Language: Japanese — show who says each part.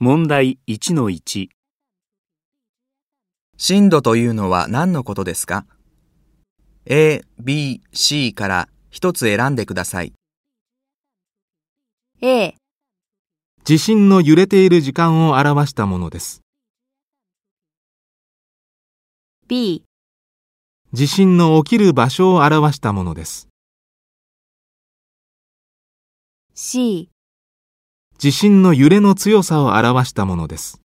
Speaker 1: 問題1-1、
Speaker 2: 震度というのは何のことですか ?A、B、C から一つ選んでください。
Speaker 3: A、
Speaker 4: 地震の揺れている時間を表したものです。
Speaker 3: B、
Speaker 4: 地震の起きる場所を表したものです。
Speaker 3: C。
Speaker 4: 地震の揺れの強さを表したものです。